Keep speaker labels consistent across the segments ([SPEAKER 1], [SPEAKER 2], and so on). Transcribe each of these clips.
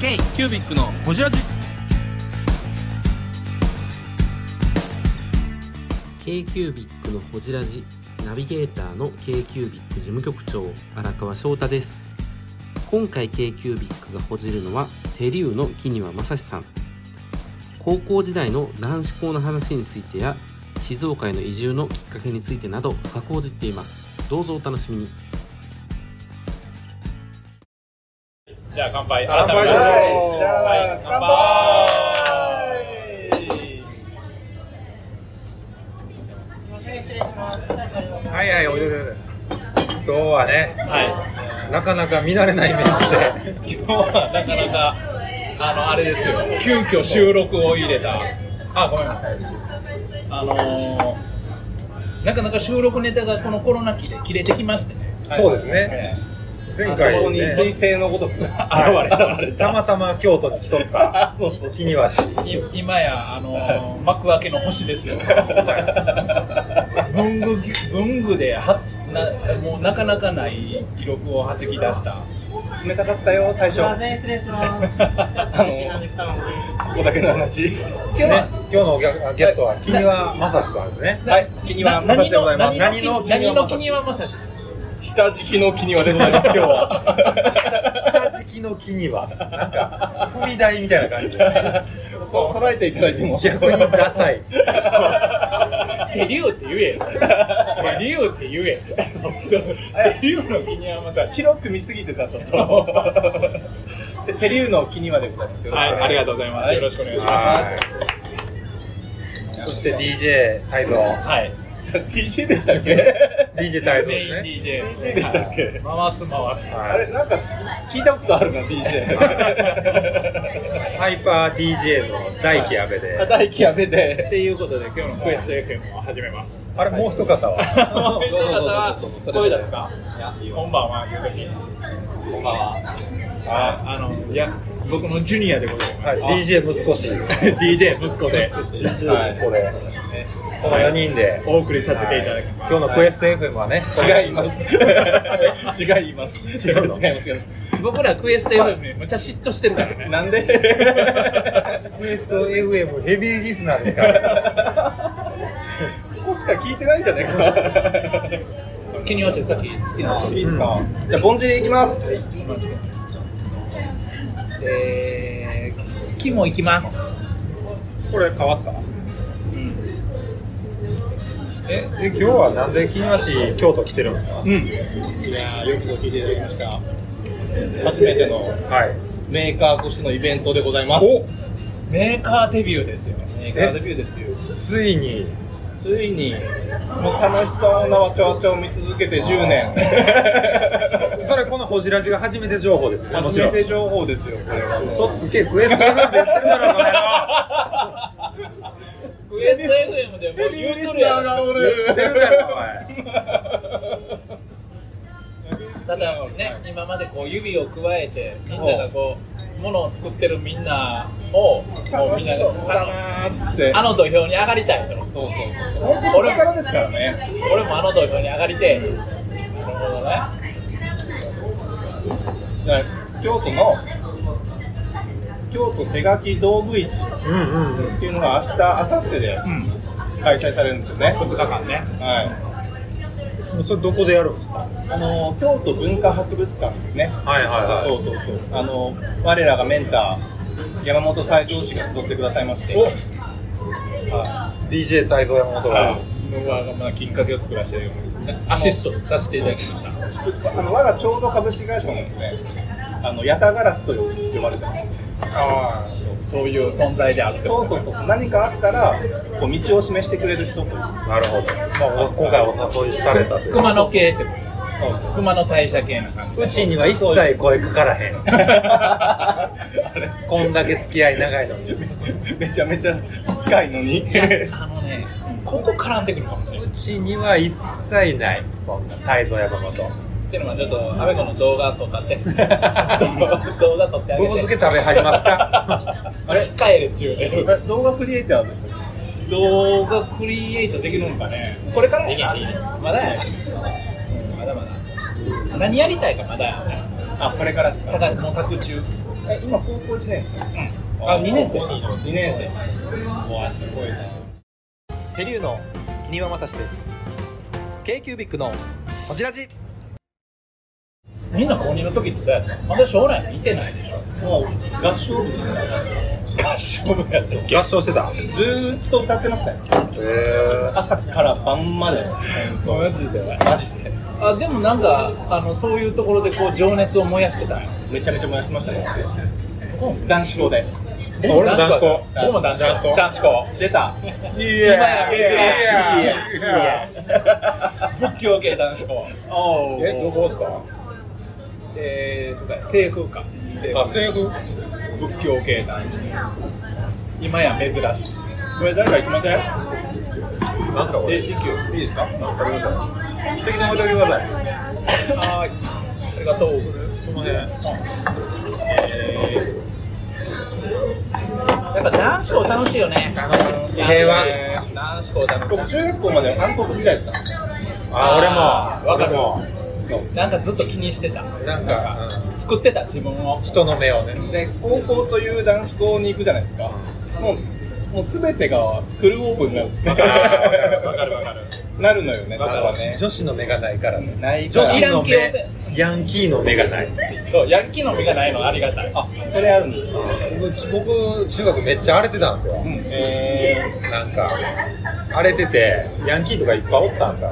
[SPEAKER 1] K キュービックのホジラジ
[SPEAKER 2] k q u b i c のほじラジナビゲーターの k q u b i c 事務局長荒川翔太です今回 k q u b i c がほじるのは手竜の木庭正史さん高校時代の男子校の話についてや静岡への移住のきっかけについてなど深くほじっていますどうぞお楽しみに
[SPEAKER 3] じゃあ乾杯。改めまして。はい乾杯。
[SPEAKER 4] はいはい、おいでおいでおいで。今日はね、
[SPEAKER 3] は
[SPEAKER 4] なかなか見慣れないメンツ
[SPEAKER 3] い。今日はなかなかあのあれですよ。急遽収録を入れた。あごめん。あのーなかなか収録ネタがこのコロナ期で切れてきましてね。
[SPEAKER 4] で。そうですね。
[SPEAKER 3] え
[SPEAKER 4] 前回、ね、
[SPEAKER 5] 星のごとく
[SPEAKER 3] え現れた現れ
[SPEAKER 4] たまたま京都に来とった。
[SPEAKER 5] そうそう
[SPEAKER 4] 日にはし。
[SPEAKER 3] た。い今やあのー幕開けの星です よ。文具ぎ文具で初なもうなかなかない記録をはじき出した。
[SPEAKER 5] 冷たかったよ最初
[SPEAKER 6] すいません失礼し ます。じゃあ最新半熟卵で
[SPEAKER 5] ここだけの話
[SPEAKER 3] 今日
[SPEAKER 4] ね、
[SPEAKER 3] は
[SPEAKER 4] 今日のお客ゲストは君は正史さんですね。
[SPEAKER 5] はい気にはまさしでございます
[SPEAKER 3] 何の何の気にはまさし。
[SPEAKER 5] 下敷きの気にはでございます今日は
[SPEAKER 4] 下敷きの木には、なんか、踏み台みたいな感じで。
[SPEAKER 5] そう捉えていただいても
[SPEAKER 4] 逆にダサい。
[SPEAKER 3] 手竜って言えよ。手竜って言えよ。そうそう。手竜の気にはまさし。
[SPEAKER 5] 広く見すぎてたちょっとで手竜の気にはでございますよろ
[SPEAKER 3] は
[SPEAKER 5] し
[SPEAKER 3] い、
[SPEAKER 5] くお願
[SPEAKER 3] ありが
[SPEAKER 5] し
[SPEAKER 3] とうございます。
[SPEAKER 5] はい
[SPEAKER 3] よろしくお願いします。
[SPEAKER 4] はい。そして DJ 泰造。
[SPEAKER 3] はい。
[SPEAKER 5] ます DJ でしたっけ
[SPEAKER 4] DJ 泰造
[SPEAKER 3] メイ
[SPEAKER 4] で
[SPEAKER 3] ン
[SPEAKER 4] す
[SPEAKER 3] DJ。
[SPEAKER 4] ね。
[SPEAKER 5] DJ でしたっけ
[SPEAKER 3] 回す回 す。
[SPEAKER 5] あれ
[SPEAKER 4] は
[SPEAKER 5] なんか聞いたことあるな DJ
[SPEAKER 4] い。ハイパー DJ の大輝阿部で。
[SPEAKER 5] 大気やめて
[SPEAKER 3] っていうことで今日のクエスト FM を始めます。
[SPEAKER 4] あれ、もう一方は。
[SPEAKER 3] おめでとうございます
[SPEAKER 5] そうそうそうそう
[SPEAKER 3] 声出すかこんばんは、言うとき。こんばんは。あ、あの、いや、僕のジュニアでございま
[SPEAKER 4] は
[SPEAKER 3] す。
[SPEAKER 4] い、DJ 息子氏。
[SPEAKER 3] DJ 息子で
[SPEAKER 4] はいこれこの4人で
[SPEAKER 3] お送りさせていただきます。
[SPEAKER 4] 今日のクエスト FM はね
[SPEAKER 5] 違います違います違います違います
[SPEAKER 3] 僕らクエスト FM にめっちゃ嫉妬してるからね。
[SPEAKER 5] なん で
[SPEAKER 4] クエスト FM ヘビーリスナーですから
[SPEAKER 5] ここしか聞いてないんじゃないかな。
[SPEAKER 3] 気にはちょっとさっき好きな人
[SPEAKER 5] いいですか。じゃあ、凡尻行きます。
[SPEAKER 3] えー、キも行きます。
[SPEAKER 5] これ、かわすか。
[SPEAKER 4] えで今日はなんで金和市京都来てるんですか
[SPEAKER 5] いやー、よくぞ聞いていただきました。初めての
[SPEAKER 4] はい
[SPEAKER 5] メーカーとしてのイベントでございます。
[SPEAKER 4] お
[SPEAKER 3] メーカーデビューですよ。
[SPEAKER 5] メーカーデビューですよ。
[SPEAKER 4] ついに
[SPEAKER 5] ついに、もう楽しそうなわちゃわちゃを見続けて10年。
[SPEAKER 4] それこのホジラジが初めて情報ですよねも
[SPEAKER 5] 初
[SPEAKER 4] ち
[SPEAKER 5] め
[SPEAKER 4] ろん
[SPEAKER 5] て情報ですよ、これは。
[SPEAKER 4] 嘘つけクエスト FM でやってるだろこ
[SPEAKER 3] ク
[SPEAKER 4] れ
[SPEAKER 3] エスト FM でもう言うとるやろ。
[SPEAKER 5] お
[SPEAKER 4] 言ってるだろお
[SPEAKER 3] ただね、今までこう指を加えて、みんながこう、ものを作ってるみんなを、もう
[SPEAKER 5] 楽
[SPEAKER 3] みん
[SPEAKER 5] し
[SPEAKER 3] な
[SPEAKER 5] そうだ
[SPEAKER 3] が、
[SPEAKER 5] なーっつって
[SPEAKER 3] あ。の土俵に上がりたいと。
[SPEAKER 5] そうそうそうそう。本当それからですからね。
[SPEAKER 3] 俺もあの土俵に上がりてえ。なるほどね。
[SPEAKER 5] だから京都の京都手書き道具市っ
[SPEAKER 4] 前うんうんうん
[SPEAKER 5] ていうのが明日明後日で
[SPEAKER 3] うん。
[SPEAKER 5] 開催されるんですよね。
[SPEAKER 3] 2日間ね。
[SPEAKER 5] は
[SPEAKER 4] もうそれどこでやるんですか
[SPEAKER 5] い。あの京都文化博物館ですね。
[SPEAKER 4] はいはい
[SPEAKER 5] そ
[SPEAKER 4] は
[SPEAKER 5] うそうそう。あの我らがメンター山本泰造氏が誘ってくださいまして。
[SPEAKER 4] お
[SPEAKER 5] はい
[SPEAKER 4] DJ 泰造山本が
[SPEAKER 3] い、僕はまあきっかけを作らせてアシストさせていただきました。
[SPEAKER 5] い。あの我がちょうど株式会社のですね。あのヤタガラスと呼ばれてます。
[SPEAKER 4] あ
[SPEAKER 3] そういう存在であるって
[SPEAKER 5] そ
[SPEAKER 3] こ
[SPEAKER 5] う
[SPEAKER 3] と
[SPEAKER 5] そうそう。何かあったらこう道を示してくれる人という。そう
[SPEAKER 4] あなるほど、まあ、今回お誘いされたという
[SPEAKER 3] 熊野系ってこ
[SPEAKER 5] そう
[SPEAKER 3] と。熊野代謝系な感じ。
[SPEAKER 4] うちには一切声かからへん。こんだけ付き合い長いのに。う
[SPEAKER 5] めちゃめちゃ近いのに。
[SPEAKER 3] あのね、ここ絡んでくるかもしれない。
[SPEAKER 4] ちには一切ない。そんな、泰造山本。
[SPEAKER 3] っていうのはちょっと、阿部君の動画撮った って。動画撮ってあげて。
[SPEAKER 4] ぶぶ漬け食べはりますか
[SPEAKER 3] あれ帰れっちゅうね。
[SPEAKER 5] え動画クリエイターでしたっ
[SPEAKER 3] 動画クリエイトできるんかね。これからやなまだや。まだまだ。何やりたいかまだやな。
[SPEAKER 5] けあこれからですか
[SPEAKER 3] 探模索中。
[SPEAKER 5] え今高校1年生
[SPEAKER 3] あ二年生
[SPEAKER 5] 2年生
[SPEAKER 3] わあすごいな
[SPEAKER 4] テリューの木庭正史です k キュービックのこじらじ
[SPEAKER 3] みんな高2の時ってどうやったのまだ将来見てないでしょ
[SPEAKER 5] もう合唱部でしたね
[SPEAKER 3] 合唱部やったっけ
[SPEAKER 4] 合唱してたへ
[SPEAKER 5] ずーっと歌ってましたよ
[SPEAKER 4] え
[SPEAKER 5] 朝から晩まで
[SPEAKER 3] マジで
[SPEAKER 5] マジで
[SPEAKER 3] あでもなんかあのそういうところでこう情熱を燃やしてたんや
[SPEAKER 5] めちゃめちゃ燃やしてましたね男子校で
[SPEAKER 3] 僕も
[SPEAKER 4] 俺も男子校
[SPEAKER 3] 僕も男子校男子校
[SPEAKER 5] 出た
[SPEAKER 4] い
[SPEAKER 3] 今や珍
[SPEAKER 5] い
[SPEAKER 3] しい
[SPEAKER 5] や
[SPEAKER 3] いや 仏教系男子校
[SPEAKER 5] お
[SPEAKER 4] えどこですか
[SPEAKER 3] えーとか西風か
[SPEAKER 4] あ西部
[SPEAKER 3] 仏教系男子今や珍しい
[SPEAKER 5] これ誰か行きません
[SPEAKER 4] なんすかこれ
[SPEAKER 3] え、行くよ
[SPEAKER 4] いいですか食べてください適当に置いておいてください
[SPEAKER 3] はーいありがとう
[SPEAKER 5] すいません
[SPEAKER 3] やっぱ男子校楽しいよね
[SPEAKER 4] 平和
[SPEAKER 3] 男子校楽し
[SPEAKER 5] 僕中学校まで韓国時代だったんですよ
[SPEAKER 4] あ
[SPEAKER 3] わかる
[SPEAKER 4] 俺も
[SPEAKER 3] いなんかずっと気にしてた
[SPEAKER 4] なんか、うん
[SPEAKER 3] 作ってた自分を
[SPEAKER 4] 人の目をね
[SPEAKER 5] で高校という男子校に行くじゃないですかもうもう全てがフルオープンになる
[SPEAKER 4] わかるわかる
[SPEAKER 5] なるのよねそこ
[SPEAKER 4] わ
[SPEAKER 5] は
[SPEAKER 4] かる
[SPEAKER 5] ね
[SPEAKER 4] 女子の目がないからね
[SPEAKER 5] ないか
[SPEAKER 4] 女
[SPEAKER 5] ら
[SPEAKER 3] ヤン
[SPEAKER 4] 子の目
[SPEAKER 3] キーを
[SPEAKER 4] ヤンキーの目がない
[SPEAKER 3] そうヤンキーの身がないのはありがたい
[SPEAKER 5] あそれあるんですよ、
[SPEAKER 4] 僕中学めっちゃ荒れてたんですよ
[SPEAKER 5] うん、え
[SPEAKER 4] なんか荒れててヤンキーとかいっぱいおったんですよ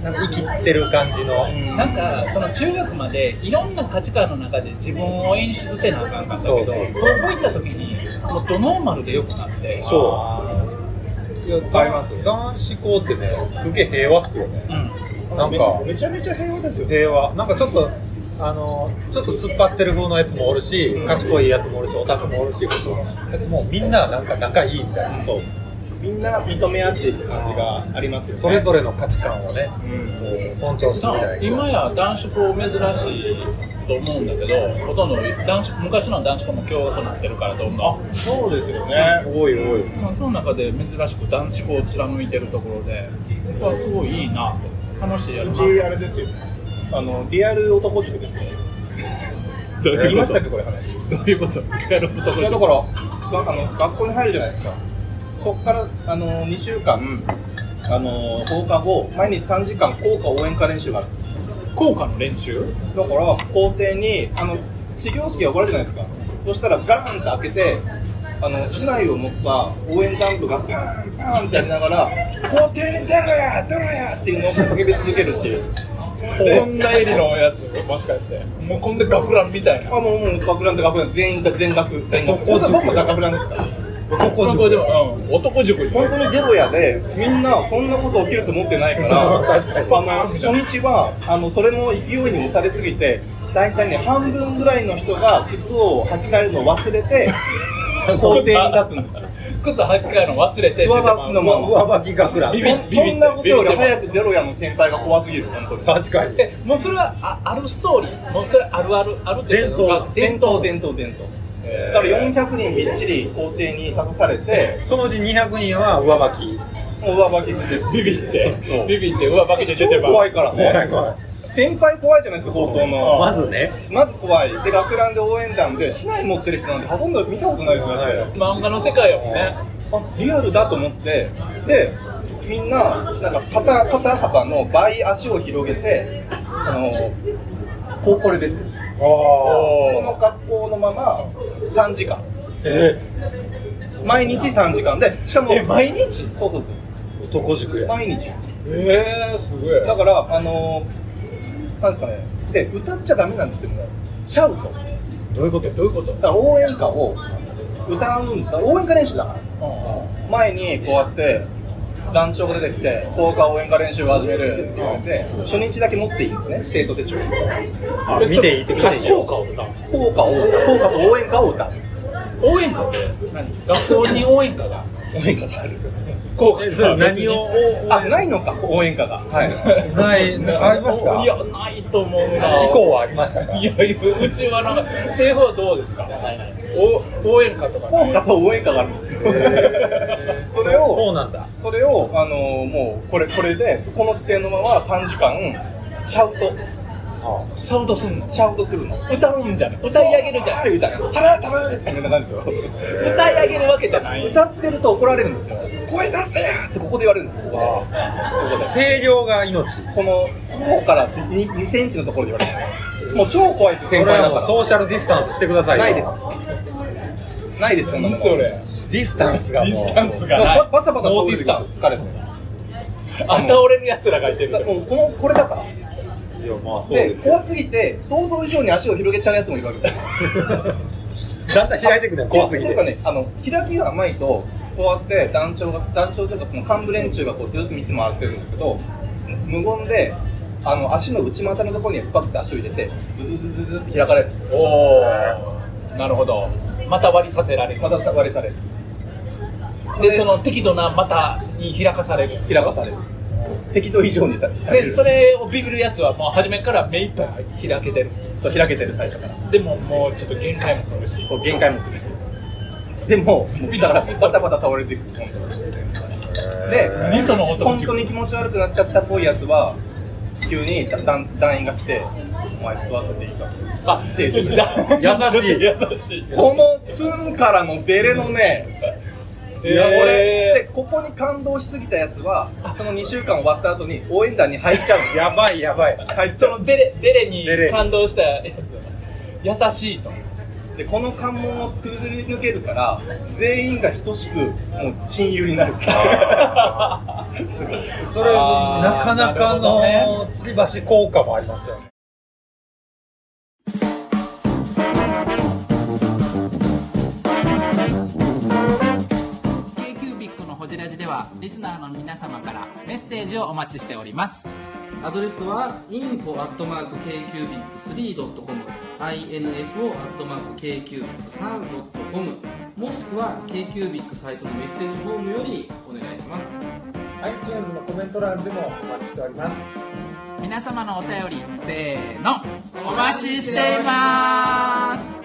[SPEAKER 4] なんか生きてる感じの
[SPEAKER 3] なんかその中学までいろんな価値観の中で自分を演出せなあかんかったけど
[SPEAKER 4] そう
[SPEAKER 3] 高校
[SPEAKER 4] そう
[SPEAKER 3] 行った時にもうドノーマルでよくなって
[SPEAKER 4] そういや
[SPEAKER 5] あります
[SPEAKER 4] 男子校ってねすげえ平和っすよね
[SPEAKER 3] うん
[SPEAKER 4] なんか
[SPEAKER 5] めちゃめちゃ平和ですよね
[SPEAKER 4] 平和なんかちょっとあのちょっと突っ張ってる風のやつもおるし賢いやつもおるしオタクもおるし普通のやつもみんななんか仲いいみたいなそう
[SPEAKER 5] みんな認め合っていく感じがありますよね
[SPEAKER 4] それぞれの価値観をね、
[SPEAKER 5] うん
[SPEAKER 4] こう尊重して
[SPEAKER 3] さ
[SPEAKER 4] み
[SPEAKER 3] あ
[SPEAKER 4] たい
[SPEAKER 3] 今や男子校珍しいと思うんだけどほとんど男子昔の男子校も共学になってるからどんどん
[SPEAKER 5] そうですよね
[SPEAKER 4] 多い多い
[SPEAKER 3] まあ、その中で珍しく男子校を貫いてるところで、うわすごいいいなと、楽しいや
[SPEAKER 5] う
[SPEAKER 3] ろな
[SPEAKER 5] ちあれですよあのリアル男塾ですよ
[SPEAKER 3] どう
[SPEAKER 5] 言
[SPEAKER 3] い
[SPEAKER 5] い
[SPEAKER 3] う
[SPEAKER 5] ま
[SPEAKER 3] こ
[SPEAKER 5] し
[SPEAKER 3] と
[SPEAKER 5] たっけこれ話
[SPEAKER 3] どういうことやること
[SPEAKER 5] いやだからがあの学校に入るじゃないですかそっからあの2週間あの放課後毎日3時間校歌応援歌練習があるんです
[SPEAKER 3] 効果の練習
[SPEAKER 5] だから校庭にあの始業式が終わるじゃないですかそしたらガーンって開けてあの市内を持った応援団部がパンパンってやりながら「校庭に出ろや出ろや!」っていうのを叫び続けるっていう
[SPEAKER 3] 女襟のやつ、もしかして、もうこんで学ランみたい
[SPEAKER 5] あ。もうもう学ランと学ラン全員が全額全額
[SPEAKER 4] どこ塾
[SPEAKER 5] 僕も学ランですから
[SPEAKER 3] 男塾でも、うん、男塾に
[SPEAKER 5] 本当にデロヤでみんなそんなこと起きると思ってないから
[SPEAKER 4] 確かに
[SPEAKER 5] あの初日はあのそれの勢いに押されすぎて大体ね半分ぐらいの人が靴を履き替えるのを忘れて校庭に立つんですよ
[SPEAKER 3] 靴履き替えるの忘れて、
[SPEAKER 5] 上履きの
[SPEAKER 4] 上
[SPEAKER 5] まま
[SPEAKER 4] 上履き学ラン
[SPEAKER 3] ビビ
[SPEAKER 5] そ
[SPEAKER 3] って
[SPEAKER 5] んそんなことより早くデロヤの先輩が怖すぎる本当に
[SPEAKER 4] 確かに
[SPEAKER 3] えもうそれはああるストーリー、もうそれあるある、あるっていうか
[SPEAKER 5] 伝
[SPEAKER 3] 伝
[SPEAKER 5] 統
[SPEAKER 3] 統
[SPEAKER 5] 伝統伝統だから400人びっちり校庭に立たされて
[SPEAKER 4] そのうち200人は上履き
[SPEAKER 5] もう上履きです
[SPEAKER 3] ビビって
[SPEAKER 5] そう、
[SPEAKER 3] ビビって、上履きで出て
[SPEAKER 5] 超
[SPEAKER 3] ば、
[SPEAKER 5] 怖いからね先輩怖いじゃないですか高校の
[SPEAKER 4] まずね
[SPEAKER 5] まず怖い。で、学ランで応援団で、市内持ってる人なんてほとんど見たことないですよ、だって
[SPEAKER 3] 漫画の世界やもんね。
[SPEAKER 5] あ、リアルだと思って、で、みんな、なんか肩、肩幅の倍足を広げて、あの、こう、これです。この学校のまま3時間。毎日3時間で、しかも、毎日そうそうそう。
[SPEAKER 4] 男塾や
[SPEAKER 5] 毎日。
[SPEAKER 3] えー、すごい。
[SPEAKER 5] だから、あの、なんですかね。で、歌っちゃダメなんですよ、ね。シャウト。
[SPEAKER 4] どういうこと
[SPEAKER 3] どういうこと
[SPEAKER 5] だから応援歌を歌うんだ応援歌練習だから前にこうやって団長が出てきて放課後応援歌練習を始めるって言われて初日だけ持っていいんですね生徒手帳
[SPEAKER 4] あ見ていいって
[SPEAKER 3] 歌
[SPEAKER 4] 感じ
[SPEAKER 3] 効果を歌う
[SPEAKER 5] 効果を効果と応援歌を歌う
[SPEAKER 3] 応援歌って何学校に応援歌が
[SPEAKER 5] 応援歌がある
[SPEAKER 3] 効果
[SPEAKER 4] えそれ何を
[SPEAKER 5] あないのか応援歌がはい
[SPEAKER 4] ないありました
[SPEAKER 3] いやないと思うな
[SPEAKER 4] 飛行はありましたか
[SPEAKER 3] いやいやうちはなんか政府はどうですかお応援歌とか
[SPEAKER 5] 効果と応援歌があるんですよそれ
[SPEAKER 4] そうそう
[SPEAKER 5] を
[SPEAKER 4] なんだ
[SPEAKER 5] それをあのもうこれこれでこの姿勢のまま3時間シャウト
[SPEAKER 3] シャウトすんの
[SPEAKER 5] シャウトするの。
[SPEAKER 3] 歌うんじゃない歌い上げるじゃ
[SPEAKER 5] はい、みたいな。腹食べないですみたいな感じですよ。
[SPEAKER 3] ん歌い上げるわけじゃない
[SPEAKER 5] 歌ってると怒られるんですよ。声出せやってここで言われるんですよ、ここで。ここで
[SPEAKER 4] 声量が命
[SPEAKER 5] この頬からに 2, センチのところで言われるんですよ。もう超怖いです
[SPEAKER 4] それ
[SPEAKER 5] よ、先輩
[SPEAKER 4] は
[SPEAKER 5] だ
[SPEAKER 4] もう
[SPEAKER 5] か
[SPEAKER 4] ソーシャルディスタンスしてくださ
[SPEAKER 5] ら。
[SPEAKER 4] いよ
[SPEAKER 5] ないです。ないです、そんなの。
[SPEAKER 3] 何それ
[SPEAKER 4] ディスタンスがもう
[SPEAKER 3] ディスタンス
[SPEAKER 5] バ
[SPEAKER 3] がない
[SPEAKER 5] バタバタ
[SPEAKER 3] ノーデ
[SPEAKER 5] 通り
[SPEAKER 3] ィ
[SPEAKER 5] 過ぎ
[SPEAKER 3] ス
[SPEAKER 5] て
[SPEAKER 3] タ
[SPEAKER 5] ま
[SPEAKER 3] ンス
[SPEAKER 5] す疲れてる
[SPEAKER 3] あ倒れるやつらがいてる
[SPEAKER 5] だもうこのこれだから
[SPEAKER 4] いやまあそう
[SPEAKER 5] で
[SPEAKER 4] ですよ
[SPEAKER 5] 怖すぎて想像以上に足を広げちゃうやつもいるわけです
[SPEAKER 4] だんだん開いてくね怖すぎ
[SPEAKER 5] なんか
[SPEAKER 4] て
[SPEAKER 5] ねあの開きが甘いとこうやって団長が団長というかその幹部連中がこうずっと見て回ってるんだけど無言であの足の内股のところにパッて足を入れてズズズズズって開かれるんですよ
[SPEAKER 3] おおなるほどまた割りさせられる
[SPEAKER 5] また割りされる
[SPEAKER 3] でその適度なまたに開かされる
[SPEAKER 5] 開かされる適度以上にさされ
[SPEAKER 3] で
[SPEAKER 5] る
[SPEAKER 3] それをビビるやつはもう初めから目いっぱい開けてる
[SPEAKER 5] そう開けてる最初から
[SPEAKER 3] でももうちょっと限界も来るし
[SPEAKER 5] そう限界も来るしでももうだからバタバタ倒れていく本当にで
[SPEAKER 3] 味噌の音も
[SPEAKER 5] 本
[SPEAKER 3] 聞
[SPEAKER 5] 当
[SPEAKER 3] こ
[SPEAKER 5] に
[SPEAKER 3] え
[SPEAKER 5] 気持ち悪くなっちゃったっぽいやつは急にだ団団員が来て「お前座ってていいか」
[SPEAKER 3] あ
[SPEAKER 5] って言って
[SPEAKER 3] 優しい優しい
[SPEAKER 5] このツンからのデレのね、いやこれでここに感動しすぎたやつはその2週間終わった後に応援団に入っちゃうの
[SPEAKER 4] やばいやばい
[SPEAKER 5] 入っち
[SPEAKER 3] そ
[SPEAKER 5] ゃう
[SPEAKER 3] のデレデ
[SPEAKER 4] デ
[SPEAKER 3] レ
[SPEAKER 4] レ
[SPEAKER 3] に感動したやつは優しいと
[SPEAKER 5] でこの関門をくぐり抜けるから全員が等しくもう親友になるすごい
[SPEAKER 4] それ
[SPEAKER 3] あー
[SPEAKER 4] なかなかの
[SPEAKER 3] なる
[SPEAKER 4] 吊り橋効果もありますよね
[SPEAKER 2] アドレスは info.kcubic3.com info.kcubic3.com もしくは KQBIC サイトのメッセージフォームよりお願いします
[SPEAKER 7] iTunes のコメント欄でもお待ちしております
[SPEAKER 8] 皆様のお便りせーのお待ちしています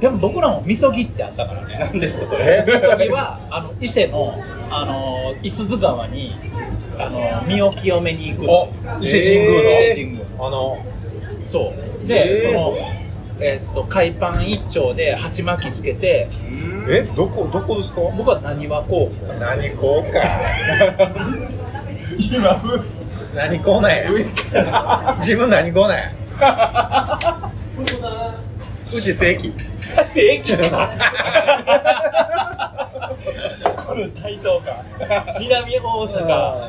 [SPEAKER 3] でも僕らもみそぎってあったからね
[SPEAKER 5] 何ですかそれ
[SPEAKER 3] みそぎはあの伊勢のあの伊豆津川にあの身を清めに行く
[SPEAKER 4] お伊勢神宮の、
[SPEAKER 3] えー伊勢神宮
[SPEAKER 4] あの
[SPEAKER 3] そうで、
[SPEAKER 4] えー
[SPEAKER 3] そのえーっと海パン一丁で鉢巻きつけて
[SPEAKER 4] えどこどこですか
[SPEAKER 3] 僕は何は高校
[SPEAKER 4] 何こうか
[SPEAKER 3] 今
[SPEAKER 4] 何こうなんや自分何こうなんやうち正規
[SPEAKER 3] 正規かこの台東か南大阪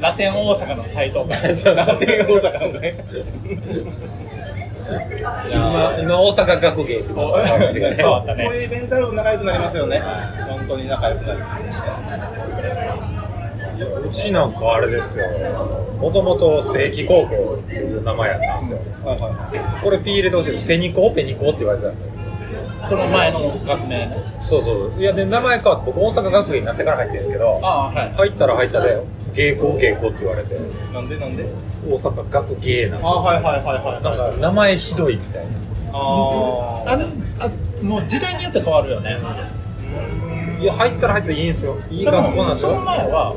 [SPEAKER 3] ラテン大阪の台東か
[SPEAKER 5] ラテン大阪のね
[SPEAKER 4] 今今大阪学芸ってこ
[SPEAKER 3] お変わった
[SPEAKER 5] そう
[SPEAKER 3] ね
[SPEAKER 5] いうイベントあると仲良くなりますよね本当に仲良くなる
[SPEAKER 4] とうちなんかあれですよもともと正規高校っていう名前やったんですよ
[SPEAKER 5] はいはい
[SPEAKER 4] これピー入れてほしいですペニコペニコって言われてたんですよ
[SPEAKER 3] その前の学年
[SPEAKER 4] そうそういやで名前変わって僕大阪学芸になってから入ってるんですけど
[SPEAKER 3] ああはい
[SPEAKER 4] 入ったら入ったで芸校芸校って言われて
[SPEAKER 5] なんでなんで
[SPEAKER 4] 大阪学芸なん
[SPEAKER 5] あはいはいはいはい
[SPEAKER 4] なんか名前ひどいみたいな
[SPEAKER 3] あ
[SPEAKER 5] あ
[SPEAKER 3] のあもう時代によって変わるよね
[SPEAKER 4] いや入ったら入ったらいいんですよいい学校なんです
[SPEAKER 3] その
[SPEAKER 4] よ
[SPEAKER 3] 前は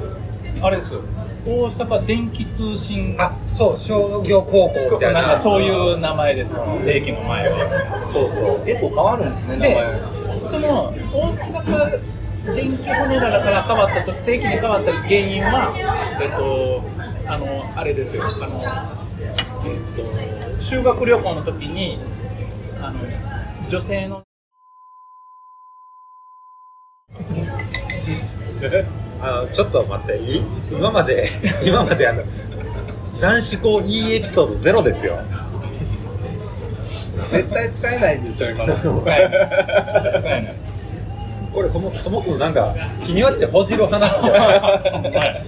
[SPEAKER 3] あれですよ大阪電気通信
[SPEAKER 4] あそう商業高校みたい
[SPEAKER 3] なん
[SPEAKER 4] な
[SPEAKER 3] かそういう名前です正規の前は
[SPEAKER 4] そうそう
[SPEAKER 5] 結構変わるんですね名
[SPEAKER 3] で
[SPEAKER 5] 前
[SPEAKER 3] その大阪電気骨だから変わったと正規に変わった原因はえっとあのあれですよあの、えっと、修学旅行の時にあの女性の
[SPEAKER 4] あのちょっと待っていい今まで 今まであの男子校いいエピソードゼロですよ
[SPEAKER 5] 絶対使えないでしょ今の
[SPEAKER 4] 使えこれそもそもそもなんか気になっちゃうほじる話じゃ ない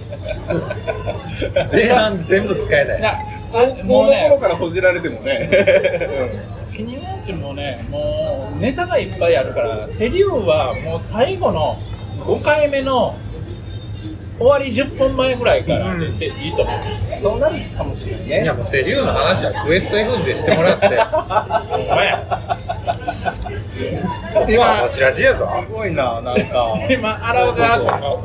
[SPEAKER 4] 前半全部使えない
[SPEAKER 3] もう
[SPEAKER 5] もう
[SPEAKER 3] ね
[SPEAKER 5] 頃からほじられてもね
[SPEAKER 3] キニワンチもねもうネタがいっぱいあるからテリューはもう最後の5回目の終わり10分前ぐらいからででいいと思う、
[SPEAKER 5] そうなるかもしれない
[SPEAKER 4] い
[SPEAKER 5] ね
[SPEAKER 4] や、もう、デリューの話はクエスト F でしてもらって、
[SPEAKER 3] お前
[SPEAKER 4] 今はこちらじやぞ。
[SPEAKER 5] すごいななんか
[SPEAKER 3] 今荒尾がこ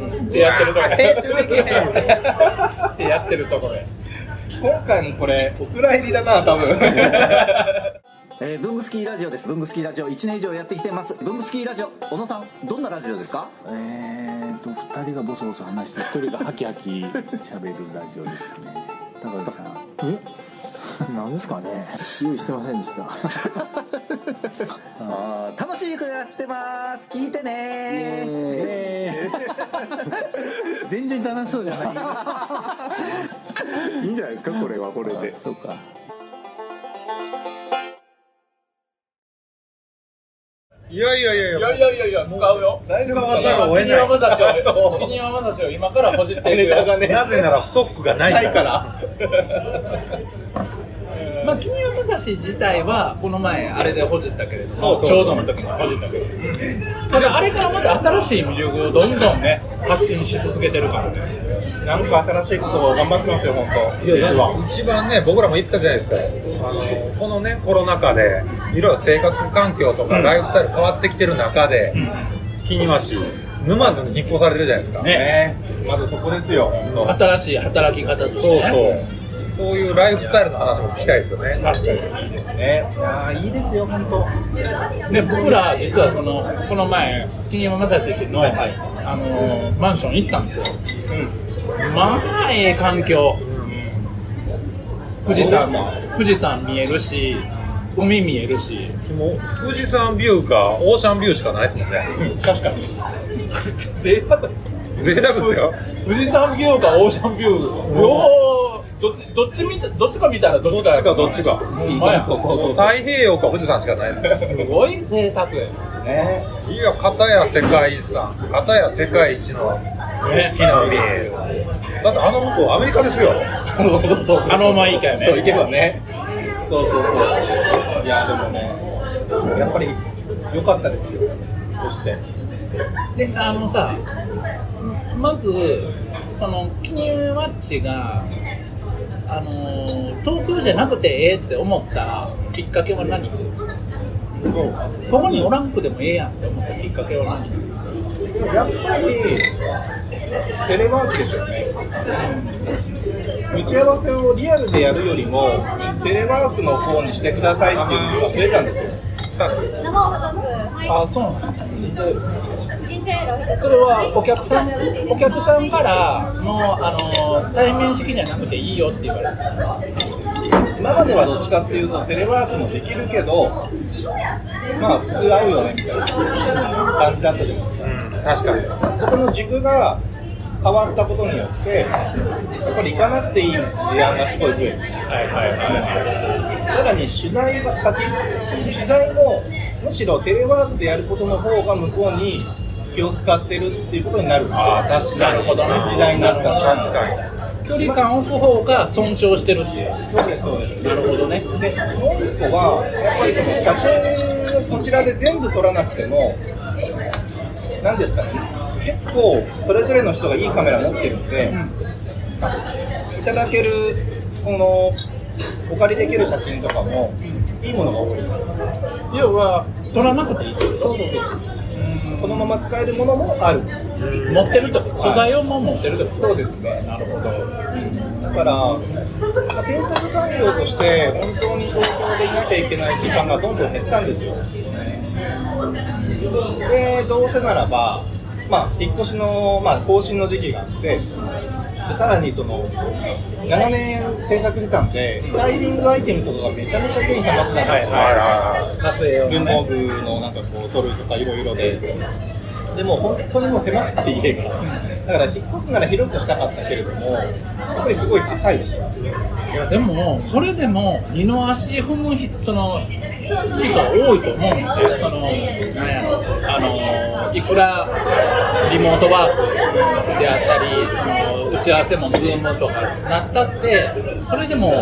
[SPEAKER 3] うってやってるところ
[SPEAKER 5] 編集できへん
[SPEAKER 3] ってやってるところや
[SPEAKER 5] 今回もこれお蔵入りだな多分
[SPEAKER 9] えー、ブングスキーラジオです。ブングスキーラジオ1年以上やってきてます。ブングスキーラジオ、小野さん、どんなラジオですかえーと、2人がボソボソ話して、1人がハキハキ喋るラジオですね。高橋さん。え何ですかね用意してませんで した。あー楽しくやってます聞いてね ー全然楽しそうじゃ ない。いいんじゃないですかこれはこれで。そうか。
[SPEAKER 4] いやいやいやい
[SPEAKER 3] いや
[SPEAKER 4] や、
[SPEAKER 3] いやいやいや使うよ
[SPEAKER 5] 大丈夫
[SPEAKER 4] 使わざるを
[SPEAKER 5] な
[SPEAKER 4] 得
[SPEAKER 3] キ
[SPEAKER 4] ない
[SPEAKER 3] ニワマザシをキニワマザシを今からほじっていくよ
[SPEAKER 4] なぜならストックがない
[SPEAKER 5] ない
[SPEAKER 4] か。
[SPEAKER 5] からら
[SPEAKER 3] まあ、キニワマザシ自体はこの前あれでほじったけれどもちょうどの時にほじったけれどもただあれからまた新しい魅力をどんどんね発信し続けてるからね
[SPEAKER 5] なんか新しいことを頑張ってますよ本当
[SPEAKER 4] いや実は一番ね、僕らも言ったじゃないですか、あのこのね、コロナ禍で、いろいろ生活環境とか、
[SPEAKER 3] うん
[SPEAKER 4] ライフスタイル変わってきてる中で、
[SPEAKER 3] ん
[SPEAKER 4] 気にはし、沼津に引っ越されてるじゃないですか、
[SPEAKER 3] ね
[SPEAKER 5] ねまずそこですよ本当
[SPEAKER 3] 新しい働き方として、
[SPEAKER 4] そう
[SPEAKER 3] ね、
[SPEAKER 4] そう、そういうライフスタイルの話も聞きたいですよね、
[SPEAKER 3] 確かに
[SPEAKER 5] いいですねいやーいいですよ本当
[SPEAKER 3] で僕ら実はそのこの前金山正氏の、あのーマンション行ったんですよ、まあええ環境、富士山も富士山見えるし海見えるし
[SPEAKER 4] もう富士山ビューか、オーシャンビューしかないですもんね、
[SPEAKER 3] 確かに贅沢
[SPEAKER 4] 贅沢ですよ、
[SPEAKER 3] 富士山ビューかオーシャンビュー両方どっちどっち見たどっちか見たらどっちかや
[SPEAKER 4] どっちかどっちか、
[SPEAKER 3] ほんまやそうそうそう
[SPEAKER 4] 太平洋か富士山しかないです。
[SPEAKER 3] すごい贅沢や
[SPEAKER 5] ね
[SPEAKER 4] いや、片や世界遺産、片や世界一の大きな海。だってあの向こうアメリカですよ。
[SPEAKER 5] そうそうそうそう
[SPEAKER 3] あのままいいかよね
[SPEAKER 5] そういけばねそうそうそういやでもねやっぱり良かったですよそして
[SPEAKER 3] であのさまずその記入マッチがあのー東京じゃなくてええって思ったきっかけは何ここにおらんくでもええやんって思ったきっかけは何
[SPEAKER 5] やっぱりテレワークですよね打ち合わせをリアルでやるよりもテレワークの方にしてくださいっていうのが増えたんですよ
[SPEAKER 3] あそうなのそれはお客さんお客さんからの、あのー対面式じゃなくていいよって言われる
[SPEAKER 5] 今まではどっちかっていうとテレワークもできるけどまあ普通会うよねみたいな感じだったじゃないですか
[SPEAKER 4] うん、確かに。
[SPEAKER 5] ここの軸が変わったことによってやっぱり行かなくていい事案がすごい増える
[SPEAKER 3] はいはいはい
[SPEAKER 5] さらに取材が先取材もむしろテレワークでやることの方が向こうに気を使ってるっていうことになる
[SPEAKER 3] あー確かに
[SPEAKER 5] 時代になった
[SPEAKER 4] 確かに。
[SPEAKER 3] 距離感置く方が尊重してるっていう
[SPEAKER 5] そうですそうです
[SPEAKER 3] なるほどね
[SPEAKER 5] でもう一個はやっぱりその写真をこちらで全部撮らなくても何ですかね結構それぞれの人がいいカメラ持ってるんで、いただけるこのお借りできる写真とかもいいものが多い
[SPEAKER 3] 要は取らなくていい
[SPEAKER 5] そうそうそうそのまま使えるものもある
[SPEAKER 3] 持ってると素材をもう持ってると
[SPEAKER 5] そうですね
[SPEAKER 3] なるほど
[SPEAKER 5] だから、まあ制作環境として本当に東京でいなきゃいけない時間がどんどん減ったんですよ。で、どうせならば、まあ、引っ越しの、まあ、更新の時期があって、でさらにその長年制作してたんで、スタイリングアイテムとかがめちゃめちゃ手に溜まってたんですよ。
[SPEAKER 4] 撮影を
[SPEAKER 5] 文房具のなんかこう取るとかいろいろで、でも本当にもう狭くて家が、だから引っ越すなら広くしたかったけれども、やっぱりすごい高いし、
[SPEAKER 3] いやでもそれでも二の足踏むひその人が多いと思うんでそのなんやろあのいくらリモートワークであったりその打ち合わせもズームとかなったってそれでも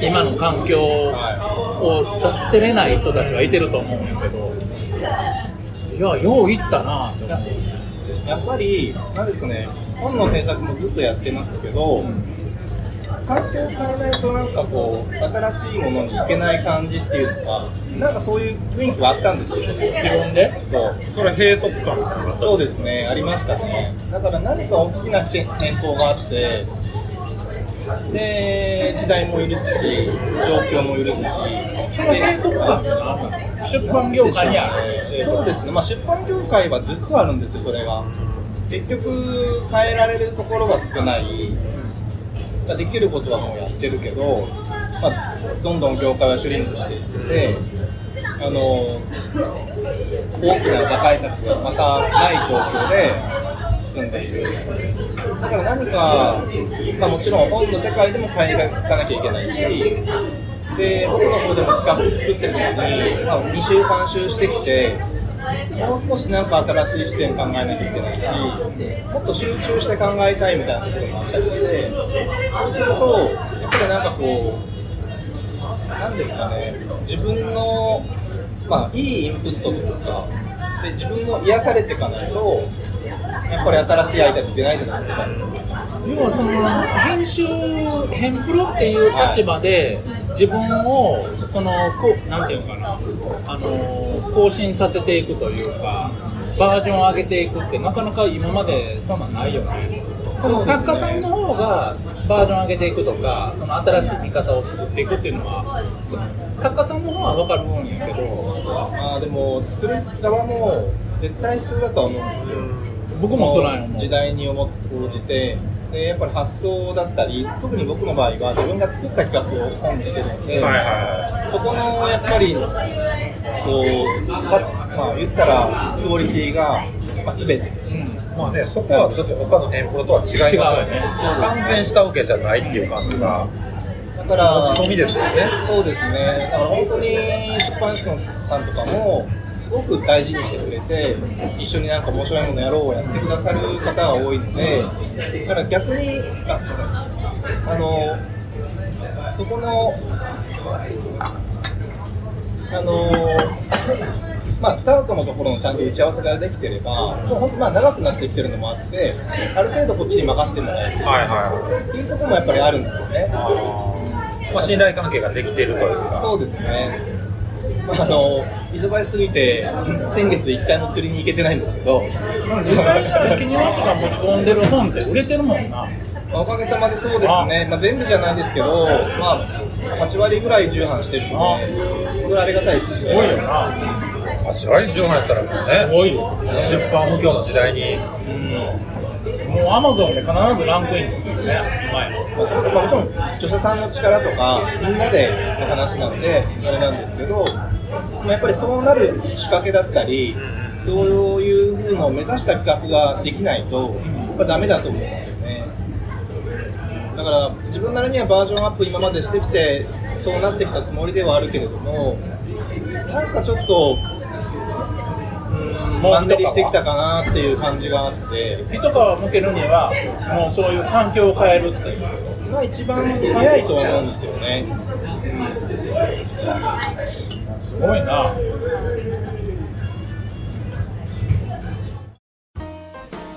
[SPEAKER 3] 今の環境を達せれない人たちはいてると思うんやけどいやよう行ったなって思う
[SPEAKER 5] やっぱり、なんですかね、本の制作もずっとやってますけど、環境を変えないと、なんかこう、新しいものにいけない感じっていうのが、なんかそういう雰囲気はあったんですよ、
[SPEAKER 3] 自分で
[SPEAKER 5] そう
[SPEAKER 4] それ閉塞感があった
[SPEAKER 5] そうですね、ありましたね。だから何か大きな変更があって、で、時代も許すし、状況も許すし、
[SPEAKER 3] その閉塞感って何なの出版業界にある
[SPEAKER 5] でそうですね、まあ、出版業界はずっとあるんですよ、それが。結局、変えられるところは少ない、まあできることはもうやってるけど、まあ、どんどん業界はシュリンクしていって、あの大きな打開策がまたない状況で進んでいる。だから何か、まあ、もちろん本の世界でも変えていかなきゃいけないし、で、僕の方でも企画作ってるのに、まあ、2週、3週してきて、もう少しなんか新しい視点考えなきゃいけないし、もっと集中して考えたいみたいなこともあったりして、そうすると、やっぱりなんかこう、なんですかね、自分の、まあ、いいインプットというか、で自分も癒されていかないと、やっぱり新しいアイデアって出ないじゃないですか。
[SPEAKER 3] 要はその編集編プロっていう立場で自分をそのこうなんていうのかなあの更新させていくというかバージョンを上げていくってなかなか今までそんなんないよね。その作家さんの方がバージョン上げていくとかその新しい見方を作っていくっていうのはそ作家さんの方は分かるもんやけど
[SPEAKER 5] まあでも作る側も絶対必要だとは思うんですよ。
[SPEAKER 3] 僕もそない思う
[SPEAKER 5] 時代に応じてでやっぱり発想だったり特に僕の場合は自分が作った企画を本にしてるので、
[SPEAKER 4] はいは
[SPEAKER 5] そこのやっぱりこうか、まあ、言ったらクオリティが、まあ、全
[SPEAKER 4] い
[SPEAKER 5] て
[SPEAKER 4] まあねそこはちょっと他の変更とは違います
[SPEAKER 3] 違う
[SPEAKER 4] よ
[SPEAKER 3] よ
[SPEAKER 4] ね
[SPEAKER 3] ね。
[SPEAKER 4] 完全下請けじゃないっていう感じが、
[SPEAKER 5] だから
[SPEAKER 4] 持ち込みですよね
[SPEAKER 5] そうですねだから本当に出版社さんとかもすごく大事にしてくれて一緒になんか面白いものやろうをやってくださる方が多いのでだから逆にああのそこのあのまあ、スタートのところのちゃんと打ち合わせができてれば、もう本当まあ長くなってきてるのもあって、ある程度こっちに任せてもらえる
[SPEAKER 4] はいは
[SPEAKER 5] っていうところもやっぱりあるんですよね。
[SPEAKER 4] いまあ、信頼関係ができてるというか
[SPEAKER 5] そうですね。まあ、あの忙しすぎて先月一回も釣りに行けてないんですけど、
[SPEAKER 3] デザイン的にはとか持ち込んでる本って売れてるもんな。
[SPEAKER 5] まあおかげさまでそうですね。まあ全部じゃないですけど、まあ8割ぐらい重版してるんで、
[SPEAKER 3] あ
[SPEAKER 5] これはありがたいですね。
[SPEAKER 3] すごいよな。
[SPEAKER 4] 8割10万やったらもう
[SPEAKER 3] す
[SPEAKER 4] ね
[SPEAKER 3] ごいよ。
[SPEAKER 4] 出版不況の時代に
[SPEAKER 3] もうアマゾンで必ずランクインするよね、今や。
[SPEAKER 5] まあ、それとまあもちろん著者さんの力とかみんなでの話なのであれなんですけど、まあ、やっぱりそうなる仕掛けだったりそういう風のを目指した企画ができないとやっぱダメだと思うんですよねだから自分なりにはバージョンアップ今までしてきてそうなってきたつもりではあるけれどもなんかちょっとうんマンネリしてきたかなっていう感じがあって
[SPEAKER 3] 一皮向けるには、もうそういう環境を変えるっていう。
[SPEAKER 5] が一番早いとは思うんですよね
[SPEAKER 3] すごいな。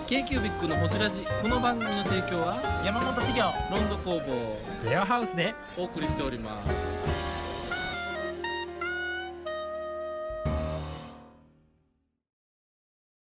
[SPEAKER 1] k q b i c のホジラジこの番組の提供は
[SPEAKER 8] 山本修行
[SPEAKER 1] ロンド工房
[SPEAKER 7] レアハウスで
[SPEAKER 1] お送りしております